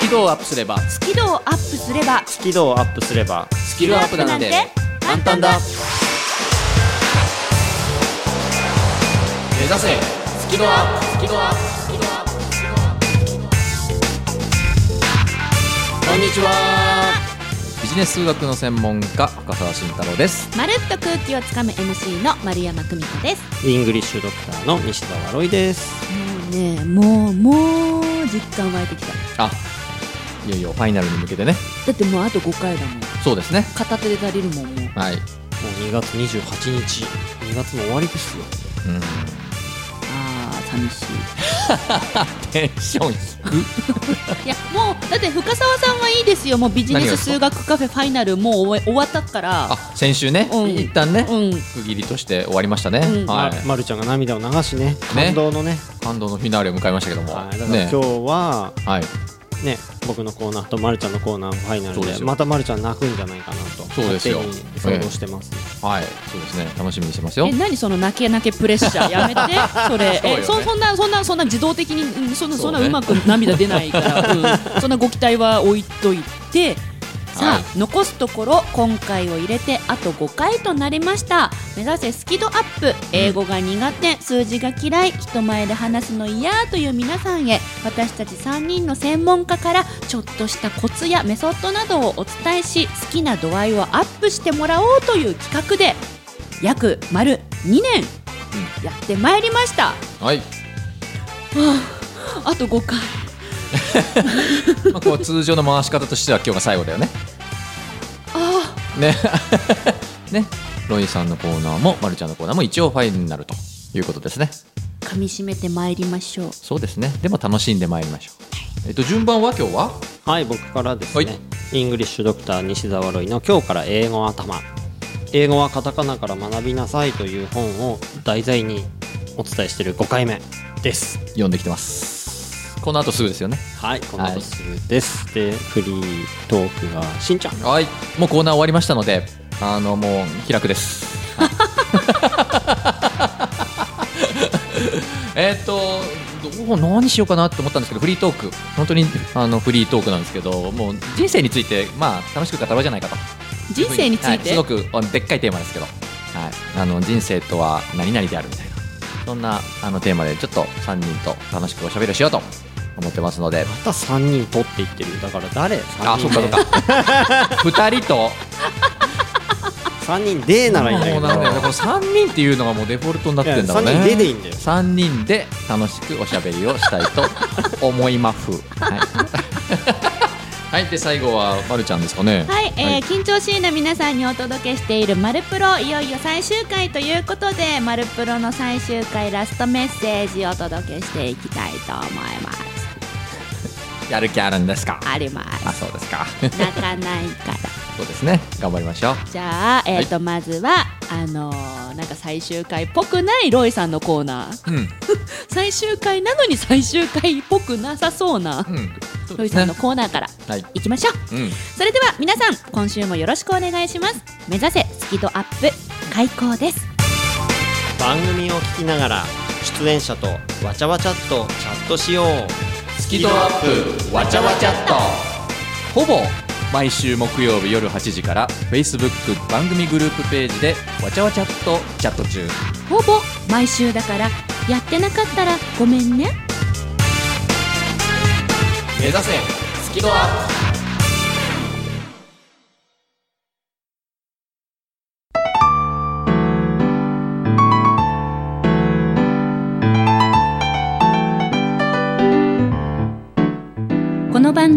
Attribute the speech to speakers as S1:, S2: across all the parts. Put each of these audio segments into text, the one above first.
S1: キ度をアップすれば
S2: スキルをアップすれば
S3: スキルをアップすれば
S1: スキルアップなんて簡単だ目指せスキルアップスキルアップスキルアップスキルアップこんにちはビジネス数学の専門家深澤慎太郎です
S2: まるっと空気をつかむ MC の丸山久美子です
S3: イングリッシュドクターの西澤ロイです
S2: もうねもうもう実感湧いてきた
S1: あいよいよファイナルに向けてね
S2: だってもうあと5回だもん
S1: そうですね
S2: 片手で足りるもんもう
S1: はい、うん、
S3: もう2月28日2月の終わりですよ
S2: あー寂し
S1: テンション低
S2: いいやもうだって深澤さんはいいですよもうビジネ
S1: 何が
S2: ス
S1: ですか
S2: 数学カフェファイナルもう終え終わったから
S1: あ先週ね、
S2: うん
S1: 一旦ね、
S2: うん
S1: 区切りとして終わりましたね、
S2: うん
S1: は
S3: ま
S1: い、
S3: まるちゃんが涙を流しね感動のね
S1: 感動のフィナーレを迎えましたけども、
S3: はいだから
S1: ね
S3: 今日は
S1: はい、
S3: ね僕のコーナーとまるちゃんのコーナーもファイナル
S1: そう
S3: で
S1: ですよ
S3: またまるちゃん泣くんじゃないかなと
S1: そうですよ
S3: 勝手に想像してます、
S1: はい、そうですね楽しみにしてますよ
S2: え何その泣け泣けプレッシャーやめ てそれえ
S1: そうよ
S2: そ
S1: ね
S2: そんなそんなそんな自動的にうんそんな
S1: そ
S2: そう
S1: ね
S2: んなうまく涙出ないから、うんそんなご期待は置いといてさあ、
S1: は
S2: 残すところ今回を入れてあと5回となりました目指せスキドアップ英語が苦手数字が嫌い人前で話すの嫌という皆さんへ私たち3人の専門家からちょっとしたコツやメソッドなどをお伝えし好きな度合いをアップしてもらおうという企画で約丸2年やってまいりました、
S1: はい、
S2: あと5回
S1: まあ、こう通常の回し方としては今日が最後だよね
S2: あ
S1: ねね ロイさんのコーナーもまるちゃんのコーナーも一応ファイナルということですね
S2: あ噛み締めてまいりましょう
S1: そうですねでも楽しんでまいりましょうえっと順番は今日は
S3: はい僕からですね、
S1: は
S3: イングリッシュドクター西澤ロイの「今日から英語頭」「英語はカタカナから学びなさい」という本を題材にお伝えしている5回目です
S1: 読んできてますこの後すぐですよね
S3: はいこの後すぐです、でフリートークがしんちゃん
S1: はいもうコーナー終わりましたのであのもう気楽です えーっとどう何しようかなって思ったんですけどフリートーク本当にあのフリートークなんですけどもう人生についてまあ楽しく語ろうじゃないかと
S2: 人生につ
S1: はいい
S2: て、
S1: すごくあのでっかいテーマですけど、はい、あの人生とは何々であるみたいなそんなあのテーマでちょっと3人と楽しくおしゃべりをしようと思ってますので
S3: また3人取っていってるだから誰3
S1: あ
S3: 人
S1: そっかそっか 2人と
S3: 3人でならいいんだけ
S1: も
S3: ど
S1: うなんだよねこの3人っていうのがもうデフォルトになってんだろうね
S3: いや三人ででいいんだよ
S1: 3人で楽しくおしゃべりをしたいと思いまふはい、はい、で最後はまるちゃんですかね
S2: はい、えー緊張しいな皆さんにお届けしている「マルプロ」いよいよ最終回ということで「マルプロ」の最終回ラストメッセージをお届けしていきたいと思います
S1: やる気あるんですか
S2: ありま
S1: あ そうですか
S2: す泣かないから
S1: そうですね頑張りましょう
S2: じゃあ、えーとまずはあのーなんか最終回っぽくないロイさんのコーナー
S1: うん
S2: 最終回なのに最終回っぽくなさそうな
S1: うんそう
S2: ロ
S1: で
S2: イ
S1: す
S2: さ
S1: ね
S2: んのコーナーから
S1: はい
S2: いきましょう
S1: うん
S2: それでは皆さん今週もよろしくお願いします目指せスキドアップ開講です
S3: 番組を聞きながら出演者とわちゃわちゃっとチャットしよう
S1: スキドアップわちゃわちゃっとほぼ毎週木曜日夜8時から Facebook 番組グループページでわちゃわちゃっとチャット中
S2: ほぼ毎週だからやってなかったらごめんね
S1: 目指せスキドアップ
S2: この番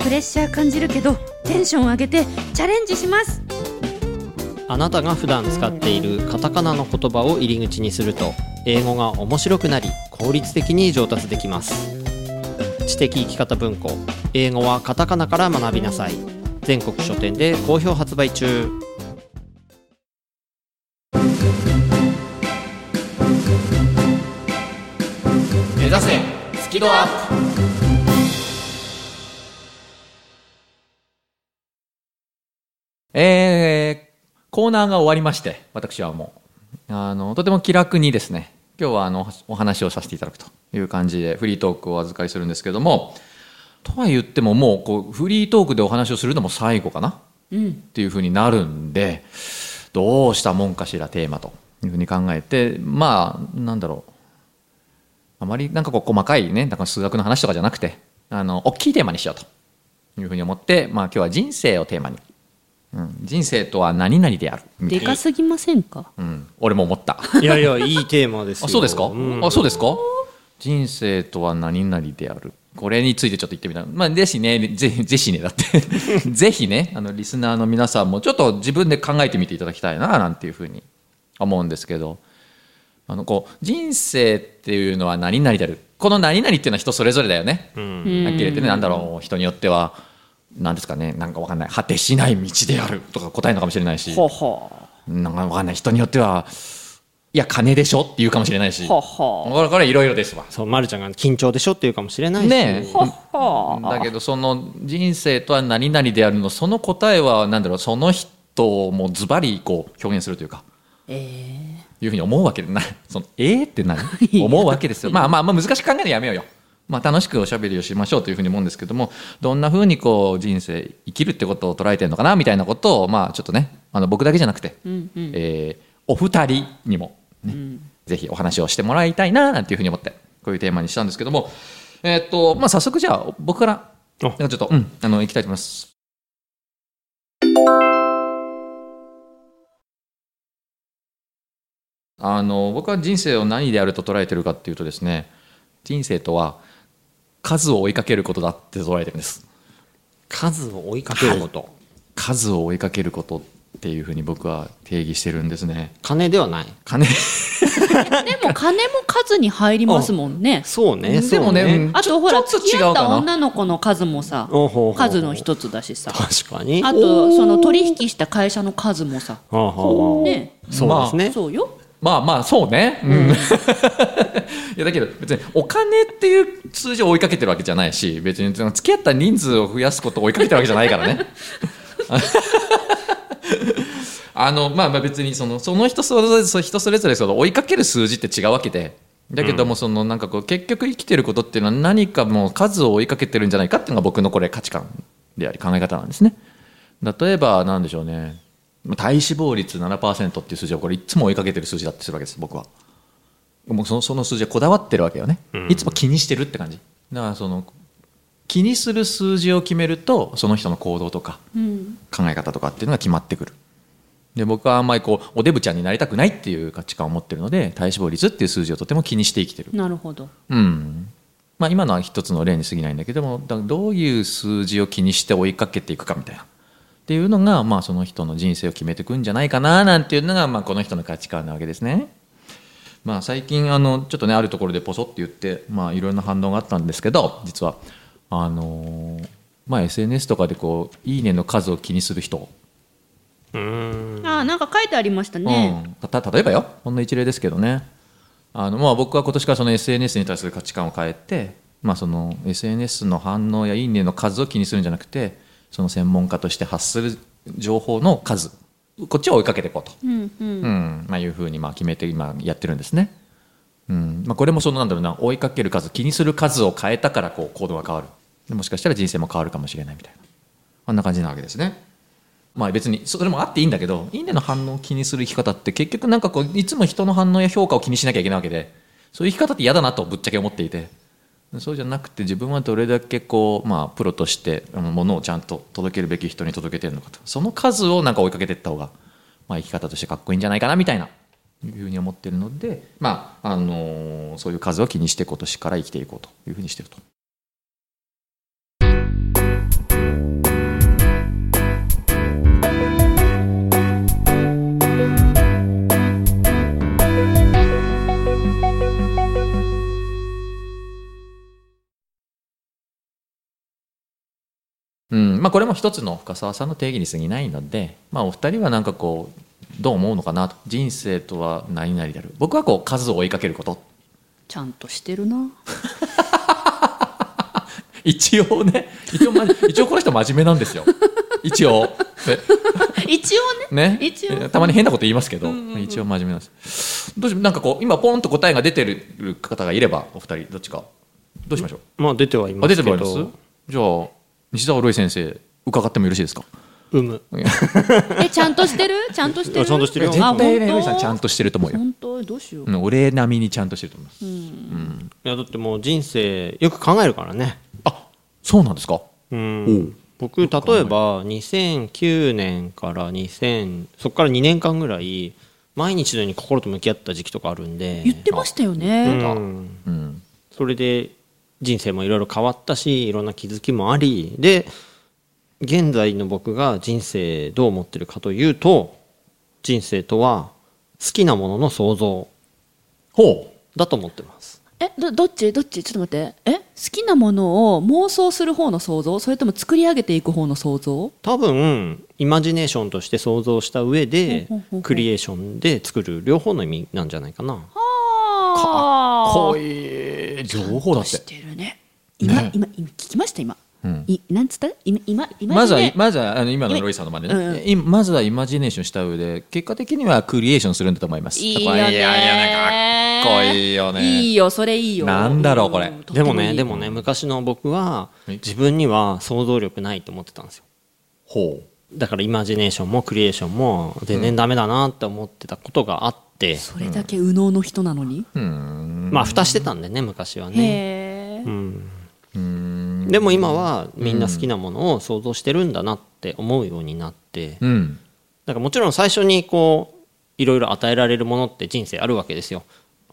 S4: プレッシャー感じるけどテンション上げてチャレンジします
S3: あなたが普段使っているカタカナの言葉を入り口にすると英語が面白くなり効率的に上達できます知的生き方文庫英語はカタカナから学びなさい全国書店で好評発売中
S1: 目指せスキドアップえー、コーナーが終わりまして私はもうあのとても気楽にですね今日はあのお話をさせていただくという感じでフリートークをお預かりするんですけどもとは言ってももうこうフリートークでお話をするのも最後かな
S4: うん
S1: っていうふうになるんでどうしたもんかしらテーマというふうに考えてまあなんだろうあまりなんかこう細かいねなんか数学の話とかじゃなくてあの大きいテーマにしようというふうに思って、まあ、今日は人生をテーマに、うん、人生とは何々であるみた
S2: で
S1: いな、
S2: かすぎませんか
S1: うん、俺も思った
S3: いやいやいいテーマですよ
S1: あそうですか、
S3: ん
S1: あそうですか人生とは何々であるこれについてちょっと言ってみたい、まあ、ぜひねぜぜひねだって ぜひねあのリスナーの皆さんもちょっと自分で考えてみていただきたいななんていうふうに思うんですけどあのこう人生っていうのは何々であるこの何々っていうのは人それぞれだよね、
S3: うん
S1: はっきり言ってねなんだろう人によっては何ですかねなんかわかんない果てしない道であるとか答えるのかもしれないし
S2: ほほ
S1: なんかわかんない人によってはいや金でしょって言うかもしれないし
S2: ほほ
S1: これこれいろいろですわ。
S3: そう、ま、るちゃんが緊張でしょって言うかもしれないし
S1: ね
S2: ほほ
S1: だけどその人生とは何々であるのその答えは何だろうその人をもうズバリこう表現するというか。いうふうに思うわけでな そのえー、って 何思うわけですよまあまあまあ難しく考えるのやめようよ、まあ、楽しくおしゃべりをしましょうというふうに思うんですけどもどんなふうにこう人生生きるってことを捉えてるのかなみたいなことをまあちょっとねあの僕だけじゃなくて、
S2: うんうん
S1: えーお二人にも、ねぜひお話をしてもらいたいななんていうふうに思ってこういうテーマにしたんですけども、えーっとまあ、早速じゃあ僕から
S3: お
S1: なんかちょっと、うん、あの行きたいと思います。あの僕は人生を何であると捉えてるかっていうとですね人生とは数を追いかけることだって捉えてるんです
S3: 数を追いかけること、
S1: 数を追いかけることっていうふうに僕は定義してるんですね
S3: 金ではない
S1: 金
S2: でも金も数に入りますもんね
S3: そうね
S1: でもね
S3: そう
S1: うん
S2: あとほら
S1: ちょ
S2: 付
S1: っと違
S2: き
S1: うかな
S2: 合った女の子の数もさ
S3: おほうほうほう
S2: 数の一つだしさ
S3: 確かに
S2: あとその取引した会社の数もさ
S3: ほうほうほう
S2: ね
S3: そうですね、
S2: そうよ
S1: まあまあそうね、うん いやだけど別にお金っていう数字を追いかけてるわけじゃないし別にその付き合った人数を増やすことを追いかけてるわけじゃないから ねあのまあまあ別にそのその人それぞれその人それぞれその追いかける数字って違うわけでだけどもそのなんかこう結局生きてることっていうのは何かもう数を追いかけてるんじゃないかっていうのが僕のこれ価値観であり考え方なんですね例えばなんでしょうねまあ体脂肪率7%っていう数字をこれいつも追いかけてる数字だってするわけです僕はもうそのその数字はこだわってるわけよね、いつも気にしてるって感じだからその気にする数字を決めるとその人の行動とか
S2: うん
S1: 考え方とかっていうのが決まってくるで僕はあんまりこうおデブちゃんになりたくないっていう価値観を持ってるので体脂肪率っていう数字をとても気にして生きてる
S2: なるほど
S1: うんまあ、今のは一つの例に過ぎないんだけどもだどういう数字を気にして追いかけていくかみたいなっていうのが、まあ、その人の人生を決めていくんじゃないかななんていうのが、まあ、この人の価値観なわけですね。まあ、最近あのちょっとねあるところでポソって言って、まあ、いろんな反応があったんですけど実はあのーまあ、SNS とかでこう「いいね」の数を気にする人、
S3: うーん
S2: あーなんか書いてありましたね
S1: うん、た例えばよほんの一例ですけどねあの、まあ、僕は今年からその SNS に対する価値観を変えて、まあ、その SNS の反応やいいねの数を気にするんじゃなくてその専門家として発する情報の数こっちを追いかけていこうと、
S2: うんうん
S1: うんまあ、いうふうにまあ決めて今やってるんですね。うんまあ、これもそのなんだろうな追いかける数気にする数を変えたからこう行動が変わるでもしかしたら人生も変わるかもしれないみたいなあんな感じなわけですね。まあ別にそれもあっていいんだけどいいねの反応を気にする生き方って結局なんかこういつも人の反応や評価を気にしなきゃいけないわけでそういう生き方って嫌だなとぶっちゃけ思っていてそうじゃなくて自分はどれだけこう、まあ、プロとしてあのものをちゃんと届けるべき人に届けてるのかとその数をなんか追いかけていった方が、まあ、生き方としてかっこいいんじゃないかなみたいないうふうに思っているので、まああのーそういう数を気にして今年から生きていこうというふうにしていると。うんまあ、これも一つの深澤さんの定義に過ぎないので、まあ、お二人はなんかこうどう思うのかなと人生とは何々である僕はこう数を追いかけること
S5: ちゃんとしてるな
S1: 一応ね一応,、ま、 一応この人真面目なんですよ一応
S5: 一応ね
S1: ね
S5: 一応
S1: たまに変なこと言いますけど、一応真面目なんですどうしなんかこう今ポンと答えが出てる方がいればお二人どっちかどうしましょう
S3: まあ出てはい
S1: あ
S3: ま
S1: 出
S3: す
S1: ても
S3: け
S1: らいま
S3: ど
S1: すじゃあ西澤ロイ先生伺ってもよろしいですか
S3: 有無
S5: えちゃんとしてるちゃんとして
S3: いや
S5: る
S3: ちゃんとしてるよ
S5: あ本
S1: 絶対ねロイさんちゃん
S5: 当
S1: としてると思うよ、
S5: 本当どうしよう
S1: うん、俺並みにちゃんとしてると思います
S3: いやだってもう人生よく考えるからね
S1: あそうなんですか
S3: うん僕例えば2009年から2000そこから2年間ぐらい毎日のように心と向き合った時期とかあるんで
S5: 言ってましたよね
S3: うん
S1: うん
S3: それで人生もいろいろ変わったしいろんな気づきもありで現在の僕が人生どう思ってるかというと人生とは好きなものの創造
S1: ほう
S3: だと思ってます
S5: えどどっちどっちちょっと待ってえ好きなものを妄想する方の想像それとも作り上げていく方の想像
S3: 多分イマジネーションとして想像した上で
S5: ほうほうほう
S3: クリエーションで作る両方の意味なんじゃないかな
S5: あ
S1: こいい情報だっ
S5: しててるね今
S1: ね
S5: 今今聞きました今、
S1: うん
S5: いなんつった今今今
S1: まずは
S5: ね
S1: まずはあの今のロイさんのまでね、
S5: うんうん
S1: いまずはイマジネーションした上で結果的にはクリエーションするんだと思います
S5: いいよね
S1: やいやなんかかっこいいよね
S5: いいよそれいいよ
S1: なんだろうこれ
S5: んとっ
S3: で
S5: て
S3: もね
S5: いい
S3: でもね昔の僕は
S1: はい
S3: 自分には想像力ないと思ってたんですよ
S1: ほ
S3: だからイマジネーションもクリエーションも全然ダメだなって思ってたことがあって、
S5: それだけ右脳の人なのに、
S1: ううーん
S3: まあ蓋してたんでね昔はね、
S5: へえ
S3: うん、
S1: うーん
S3: でも今はみんな好きなものを想像してるんだなって思うようになって
S1: うん
S3: だからもちろん最初にこういろいろ与えられるものって人生あるわけですよ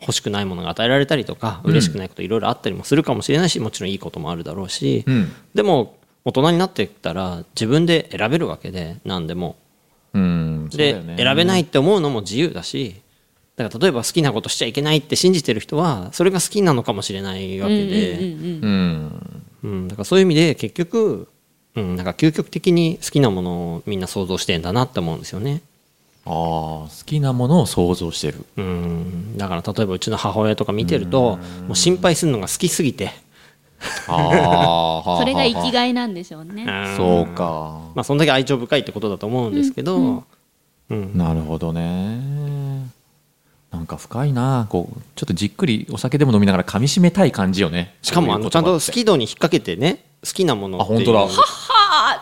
S3: 欲しくないものが与えられたりとか嬉しくないこといろいろあったりもするかもしれないしもちろんいいこともあるだろうし、
S1: うん
S3: でも大人になってきたら自分で選べるわけで何でも
S1: うん
S3: で、
S1: そうだよね
S3: 選べないって思うのも自由だしだから例えば好きなことしちゃいけないって信じてる人はそれが好きなのかもしれないわけで
S1: うん
S3: うんだからそういう意味で結局、うん、なんか究極的に好きなものをみんな想像してんだなって思うんですよね。
S1: ああ好きなものを想像してる
S3: うんだから例えばうちの母親とか見てるともう心配するのが好きすぎて
S1: ああ
S2: それが生き
S1: が
S2: がいなんでしょうね。
S3: ん
S1: そうか
S3: まあそんだけ愛情深いってことだと思うんですけど、うん
S1: なるほどねなんか深いなこうちょっとじっくりお酒でも飲みながら噛み締めたい感じよね
S3: しかも
S1: こ
S3: あ
S1: うい
S3: の
S1: う
S3: ちゃん
S1: 言葉
S3: と
S1: って
S3: 好き度に引っ掛けてね好きなもの
S1: あ
S3: ってい
S1: 本
S3: う
S1: 当だ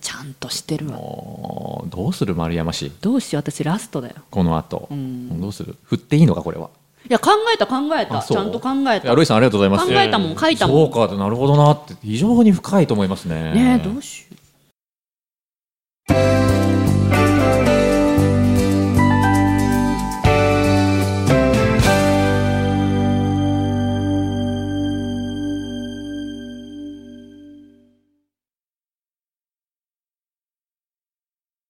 S5: ちゃんとしてるわ
S1: おーどうする丸山氏
S5: どうしよう私ラストだよ
S1: この後、
S5: ん
S1: どうする振っていいのかこれはい
S5: や考えた考えた
S1: あそう
S5: ちゃんと考え
S1: い
S5: た
S1: やロイさんありがとうございます
S5: 考えたもん書いた
S1: そ
S5: も
S1: うかなるほどなって非常に深いと思いますね
S5: んねえどうしよ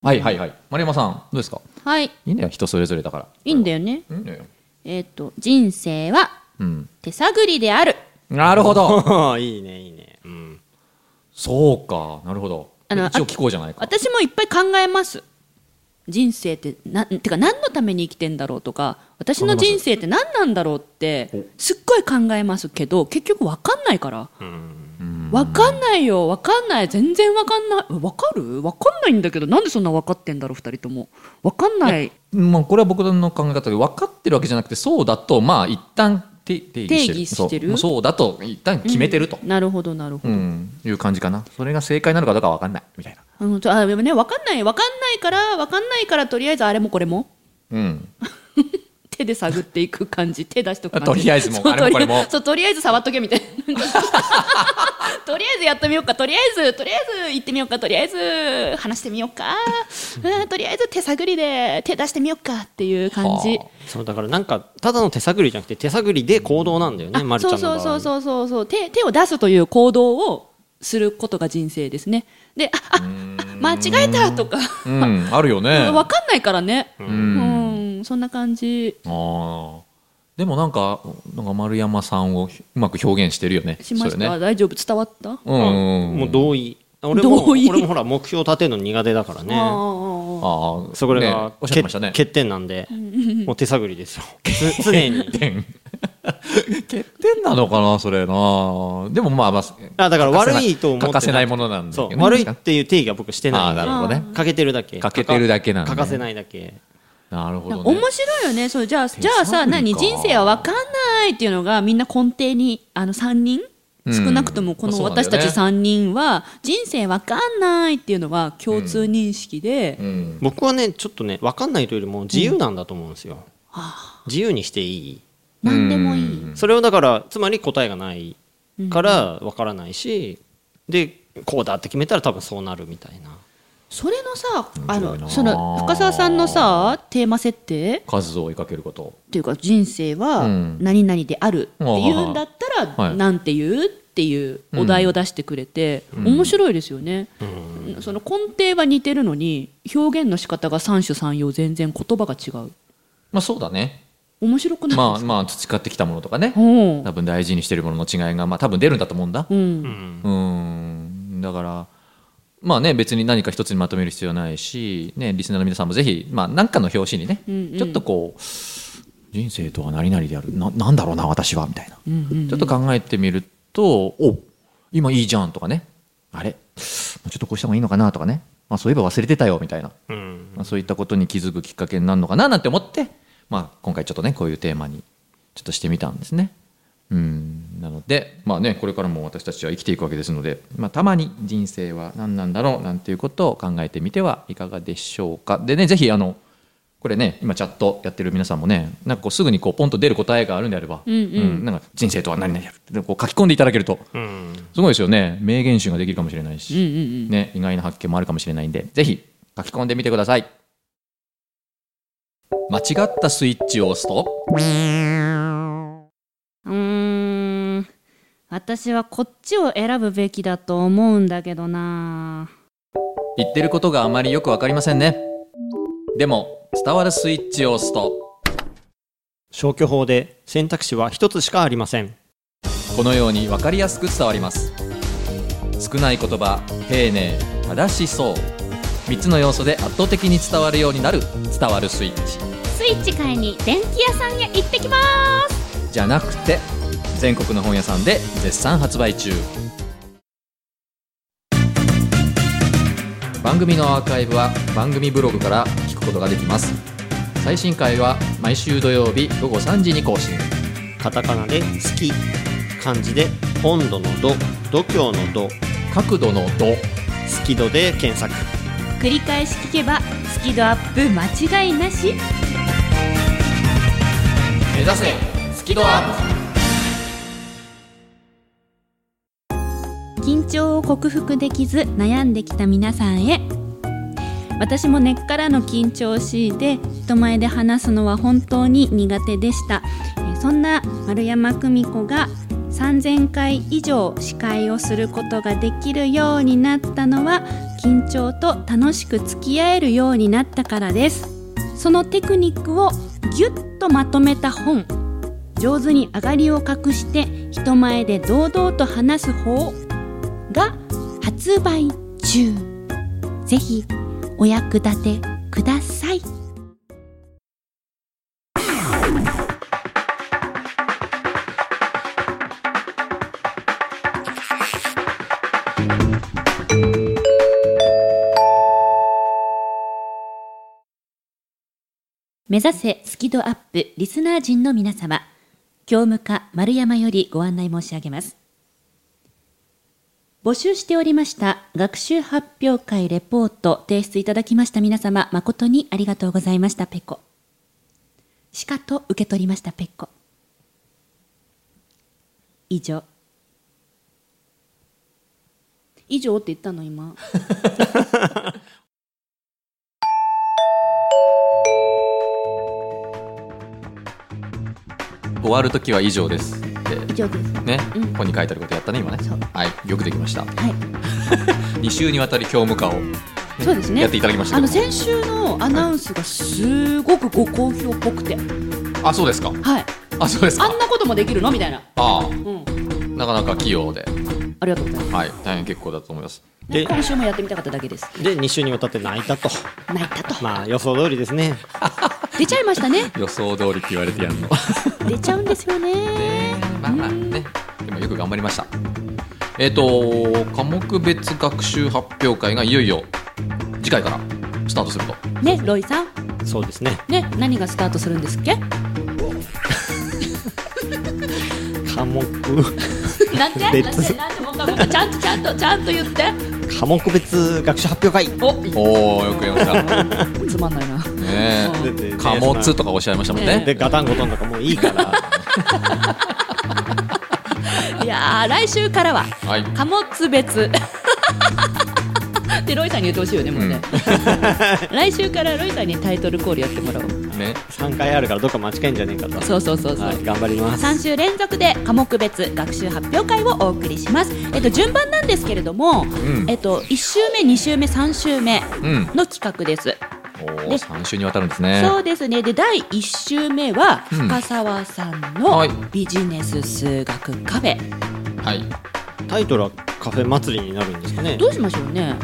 S1: はいはいはい丸山さんどうですか
S2: うんはい、
S1: いいんだよ人それぞれだから
S2: いいんだよね。
S1: いいんだよ
S2: えっ、と、人生は
S1: うん
S2: 手探りである。
S1: なるほ ど
S3: いいねいいね、うん、
S1: そうかなるほど
S2: あの
S1: 一応聞こうじゃないか
S2: 私もいっぱい考えます。人生って、な、てか何のために生きてんだろうとか、私の人生って何なんだろうって、すっごい考えますけど、結局わかんないから。わかんないよ、わかんない。全然わかんない。わかるわかんないんだけど、なんでそんなわかってんだろう、二人とも。わかんない。
S1: まあこれは僕の考え方で分かってるわけじゃなくてそうだとまあ一旦て定義してる
S2: 定義してる
S1: そうそうだと一旦決めてると、
S2: なるほど、なるほど。
S1: うんいう感じかなそれが正解なのかどうか分かんないみたいな
S2: あのちょあでもね分かんない分かんないから分かんないからとりあえずあれもこれも
S1: うん
S2: 手で探っていく感じ手出しとく感じ
S1: とりあえずもう
S2: そう
S1: あれもこれも
S2: とりあえずそうとりあえず触っとけみたいな とりあえずやってみようかとりあえずとりあえず行ってみようかとりあえず話してみようか、うん、とりあえず手探りで手出してみようかっていう感じ、
S1: は
S3: そうだからなんかただの手探りじゃなくて手探りで行動なんだよね、まるちゃん
S2: そ
S3: の
S2: う
S3: 場
S2: そ
S3: 合
S2: うそうそうそうそう手手を出すという行動をすることが人生ですねであああ間違えたとか
S1: うん、あるよね。
S2: 分かんないからね
S1: う。
S2: うんんそんな感じ
S1: ああ。でもなんか、なんか丸山さんをうまく表現してるよね。
S2: しまし
S1: それ
S2: た、
S1: ね。
S2: 大丈夫伝わった、あ
S1: うんうんうん。
S3: もう同意俺も
S2: 同意
S3: 俺もほら目標立てるの苦手だから
S2: ああ
S3: ね
S2: ああ
S1: ああ、
S3: そこらが、
S1: ねおっしゃってましたね。
S3: 欠欠点なんでもう手探りですよ つ常に
S1: 点。欠点なのかな、それな。でもまあまあ、
S3: あだから悪いと思って
S1: 欠かせないものなんだ
S3: そ
S1: けど
S3: う
S1: ね
S3: 悪いっていう定義は僕してないんで
S1: あーなるほどね
S3: 欠けてるだけ
S1: 欠けてるだけなんだね
S3: 欠かせないだけ
S1: なるほどね
S2: 面。白いよねそうじゃあじゃあ
S1: 手探り
S2: さ
S1: か
S2: 何人生は分かんないっていうのがみんな根底にあの3人
S1: うん
S2: 少なくともこの
S1: そうなんだ
S2: 私
S1: よ
S2: た
S1: ね
S2: ち3人は人生分かんないっていうのは共通認識で、
S1: うん。
S3: 僕はねちょっとね分かんないというよりも自由なんだと思うんですよ、自由にしていい
S2: 何でもいい、
S3: それをだからつまり答えがないから分からないし、でこうだって決めたら多分そうなるみたいな
S2: それのさあ
S1: 面白いな
S2: の
S1: あ
S2: その深澤さんのさテーマ設定
S1: 数を追いかけること。
S2: っていうか人生は
S1: うん
S2: 何々であるっていうんだった
S1: は
S2: ら
S1: い
S2: なんて言うっていうお題を出してくれて面白いですよね、その根底は似てるのに表現の仕方が三種三様全然言葉が違う
S1: まあそうだね。
S2: 面白くないですか、
S1: まあまあ培ってきたものとかね。
S2: うん
S1: 多分大事にしてるものの違いが、まあ多分出るんだと思うんだ。
S2: うん
S1: うーんだからまあね別に何か一つにまとめる必要はないし、ね、リスナーの皆さんもぜひ、まあ、何かの表紙にね、
S2: んうん
S1: ちょっとこう人生とは何々であるななんだろうな私はみたいな、ちょっと考えてみるとお今いいじゃんとかねあれもうちょっとこうした方がいいのかなとかね、まあ、そういえば忘れてたよみたいな、
S3: うん
S1: まあ、そういったことに気づくきっかけになるのかななんて思って、まあ、今回ちょっとねこういうテーマにちょっとしてみたんですね。うんなので、まあね、これからも私たちは生きていくわけですので、まあ、たまに人生は何なんだろうなんていうことを考えてみてはいかがでしょうか。でねぜひあのこれね今チャットやってる皆さんもねなんかこうすぐにこうポンと出る答えがあるんであれば、
S2: うんうん
S1: なんか人生とは何々であるってこう書き込んでいただけると
S3: うん
S1: すごいですよね名言集ができるかもしれないし、
S2: うんうん
S1: ね、意外な発見もあるかもしれないんでぜひ書き込んでみてください間違ったスイッチを押すと
S5: うーん私はこっちを選ぶべきだと思うんだけどな
S1: 言ってることがあまりよくわかりませんねでも伝わるスイッチを押すと
S3: 消去法で選択肢は一つしかありません
S1: このようにわかりやすく伝わります少ない言葉丁寧正しそう3つの要素で圧倒的に伝わるようになる伝わるスイッチ
S5: スイッチ買いに電気屋さんへ行ってきまーす
S1: じゃなくて全国の本屋さんで絶賛発売中番組のアーカイブは番組ブログから聞くことができます最新回は毎週土曜日午後3時に更新
S3: カタカナで「好き」漢字で「温度の度」「度胸の度」
S1: 角度の「度
S3: 「好き度」で検索
S5: 繰り返し聞けばスキドアップ間違いなし」
S1: 目指せスキドアッ
S5: 緊張を克服できず悩んできた皆さんへ私も根っからの緊張を強いて人前で話すのは本当に苦手でしたえーそんな丸山久美子が3000回以上司会をすることができるようになったのは緊張と楽しく付き合えるようになったからですそのテクニックをぎゅっとまとめた本上手に上がりを隠して人前で堂々と話す方が発売中ぜひお役立てください
S6: 目指せスキドアップリスナー陣の皆様教務課丸山よりご案内申し上げます募集しておりました学習発表会レポート提出いただきました皆様誠にありがとうございましたペコしかと受け取りましたペコ以上
S5: 以上って言ったの今
S1: 終わる時は以上ですって
S5: 以上ですは
S1: ね、
S5: うん
S1: 本に書いてあることやったね今ね
S5: そう
S1: はいよくできました
S5: い
S1: 2週にわたり教務課を
S5: そうですね
S1: やっていただきました
S5: あ
S1: け
S5: の
S1: ど
S5: 先週のアナウンスがすごくご好評っぽくてはい
S1: あそうですかあそうですか
S5: あんなこともできるのみたいな
S1: ああ
S5: うん
S1: なかなか器用で
S5: ありがとうございます
S1: はい大変結構だと思います
S3: で
S5: 今週もやってみたかっただけです
S3: で2週にわたって泣いたと
S5: 泣いたと
S3: まあ予想通りですね
S5: 出ちゃいましたね
S1: 予想通りって言われてやんの
S5: 出ちゃうんですよね
S1: まあまあねでもよく頑張りましたえっ、と科目別学習発表会がいよいよ次回からスタートすると
S5: ねロイさん
S3: そうですね
S5: ね何がスタートするんですっけ
S3: 科目
S5: なんてな んて
S3: 別
S5: なんてもう一回もう一回ちゃんとちゃんとちゃんと言って
S3: 科目別学習発表会
S5: お
S1: おおよく読んだ
S5: つまんないな
S1: ね
S5: うん
S1: え貨物とかおっしゃいましたもんね
S3: でガタンゴトンとかもういいから
S5: いやー来週からは
S1: はい
S5: 貨物別でロイさんに言ってほしいよねもうね、来週からロイさんにタイトルコールやってもらおう
S1: ね
S3: 3回あるからどっか間違えんじゃねえかと
S5: そうそうそうそう、
S3: はい頑張ります
S5: 3週連続で科目別学習発表会をお送りします、えっと、順番なんですけれども、
S1: ん
S5: えっと、1週目2週目3週目
S1: うん
S5: の企画です、
S1: おお
S5: で
S1: 3週にわたるんですね
S5: そうですねで第1週目は
S1: うん
S5: 深澤さん
S1: は
S5: の
S1: い
S5: ビジネス数学カフェ、
S1: はい
S3: タイトルはカフェ祭りになるんですかね
S5: どうしましょうね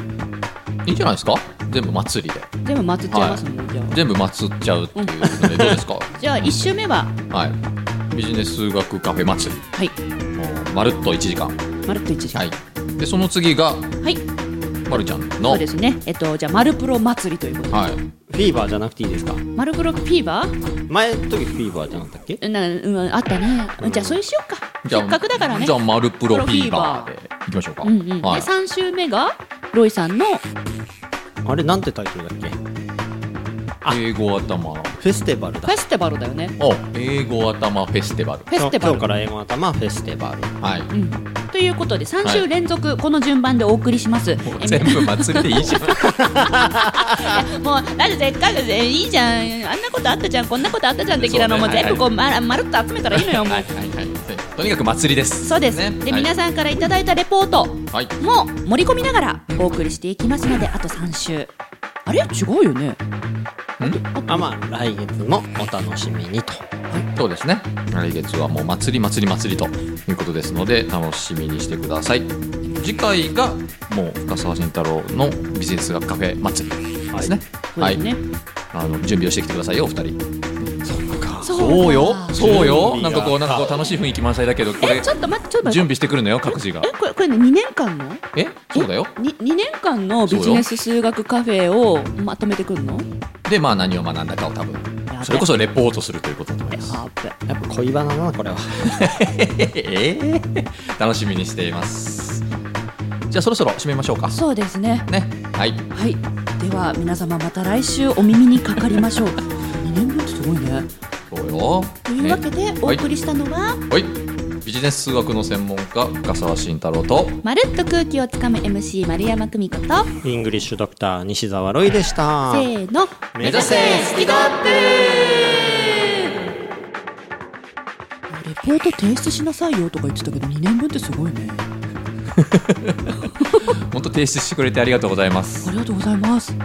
S1: いいんじゃないですか全部祭りで
S5: 全部祭っちゃいますもん、じゃあ
S1: 全部祭っちゃうっていうのでどうですか
S5: じゃあ1週目は
S1: はいビジネス数学カフェ祭り
S5: はい
S1: まるっと1時間
S5: まるっと1時間
S1: はいでその次が
S5: はい、
S1: まるちゃんの
S5: そうですね。えっとじゃあマルプロ祭りということで、
S1: はい
S3: フィーバーじゃなくていいですか
S5: マルプロフィーバー？
S3: 前の時フィーバーじゃなかったっけ
S5: なうんあったね。じゃあそれしようか。
S1: じゃ
S5: せ
S1: あ
S5: っかくだからね
S1: じゃ。あ、マルプロフィーバー
S5: プロ
S1: でいきましょうか。
S5: うんうん。
S1: はい
S5: で。三週目がロイさんの
S3: あれなんてタイトルだっけあ
S1: 英語頭。
S3: フェスティバル
S5: フ
S3: だ
S5: ェスティバルだよね。
S1: お、英語頭フェスティバル。
S5: フェスティ
S3: 今日
S5: バ
S3: か
S5: ル。
S3: ら英語頭フェスティバル
S1: はい。
S5: うん。ということで三週連続この順番でお送りします。え
S1: 全部祭りでいい じゃん。
S5: もうだってせっかくえいいじゃん。あんなことあったじゃん。こんなことあったじゃん的なのも
S1: そうねはい
S5: 全部こうままるっと集めたらいいのよも
S1: は
S5: う
S1: い。はいはい。とにかく祭りです。
S5: そうです。で皆
S1: さ
S5: さんからいただいたレポート。
S1: ん。はい。
S5: も盛り込みながらお送りしていきますのであと3週あれ違うよね
S3: あまあ来月もお楽しみにと
S1: そうですね。来月はもう祭り祭り祭りということですので、楽しみにしてください。次回がもう深澤慎太郎のビジネス学カフェ祭りですね。はい。
S5: ね
S1: あの準備をしてきてくださいよ、お二人。
S3: そうか
S5: そう
S1: そうよ、そうよ、
S3: 準
S1: な
S3: 備が
S1: んかこう、なんかこう楽しい雰囲気満載だけど、こ
S5: え
S1: れ
S5: ちょっと待ってちょっと待
S1: 準
S5: って
S1: 備してくるのよ、各自が
S5: え。これこれね2年間の
S1: え、そうだよ。
S5: に2年間のビジネス数学カフェをまとめてくるの
S1: で、まあ、何を学んだかを多分
S5: やべ、
S1: それこそレポートするということだと思います。
S5: あー
S3: やっぱ恋バナだなこれは
S1: えー 楽しみにしています。じゃあ、そろそろ締めましょうか。
S5: そうですね
S1: ね、はい、
S5: はいでは皆様また来週お耳にかかりましょう2年分ってすごいね
S1: そうよ。
S5: というわけで
S1: ね
S5: お
S1: はい
S5: 送りしたのは、
S1: はい、ビジネス数学の専門家、深澤慎太郎と。
S2: まるっと空気をつかむ MC 丸山久美子と
S3: イングリッシュドクター西澤ロイでした
S2: せーの
S3: 目指せ
S5: スキドップレポート提出しなさいよとか言ってたけど2年分ってすごいね
S1: 本当提出してくれてありがとうございます
S5: あ。りがとうございます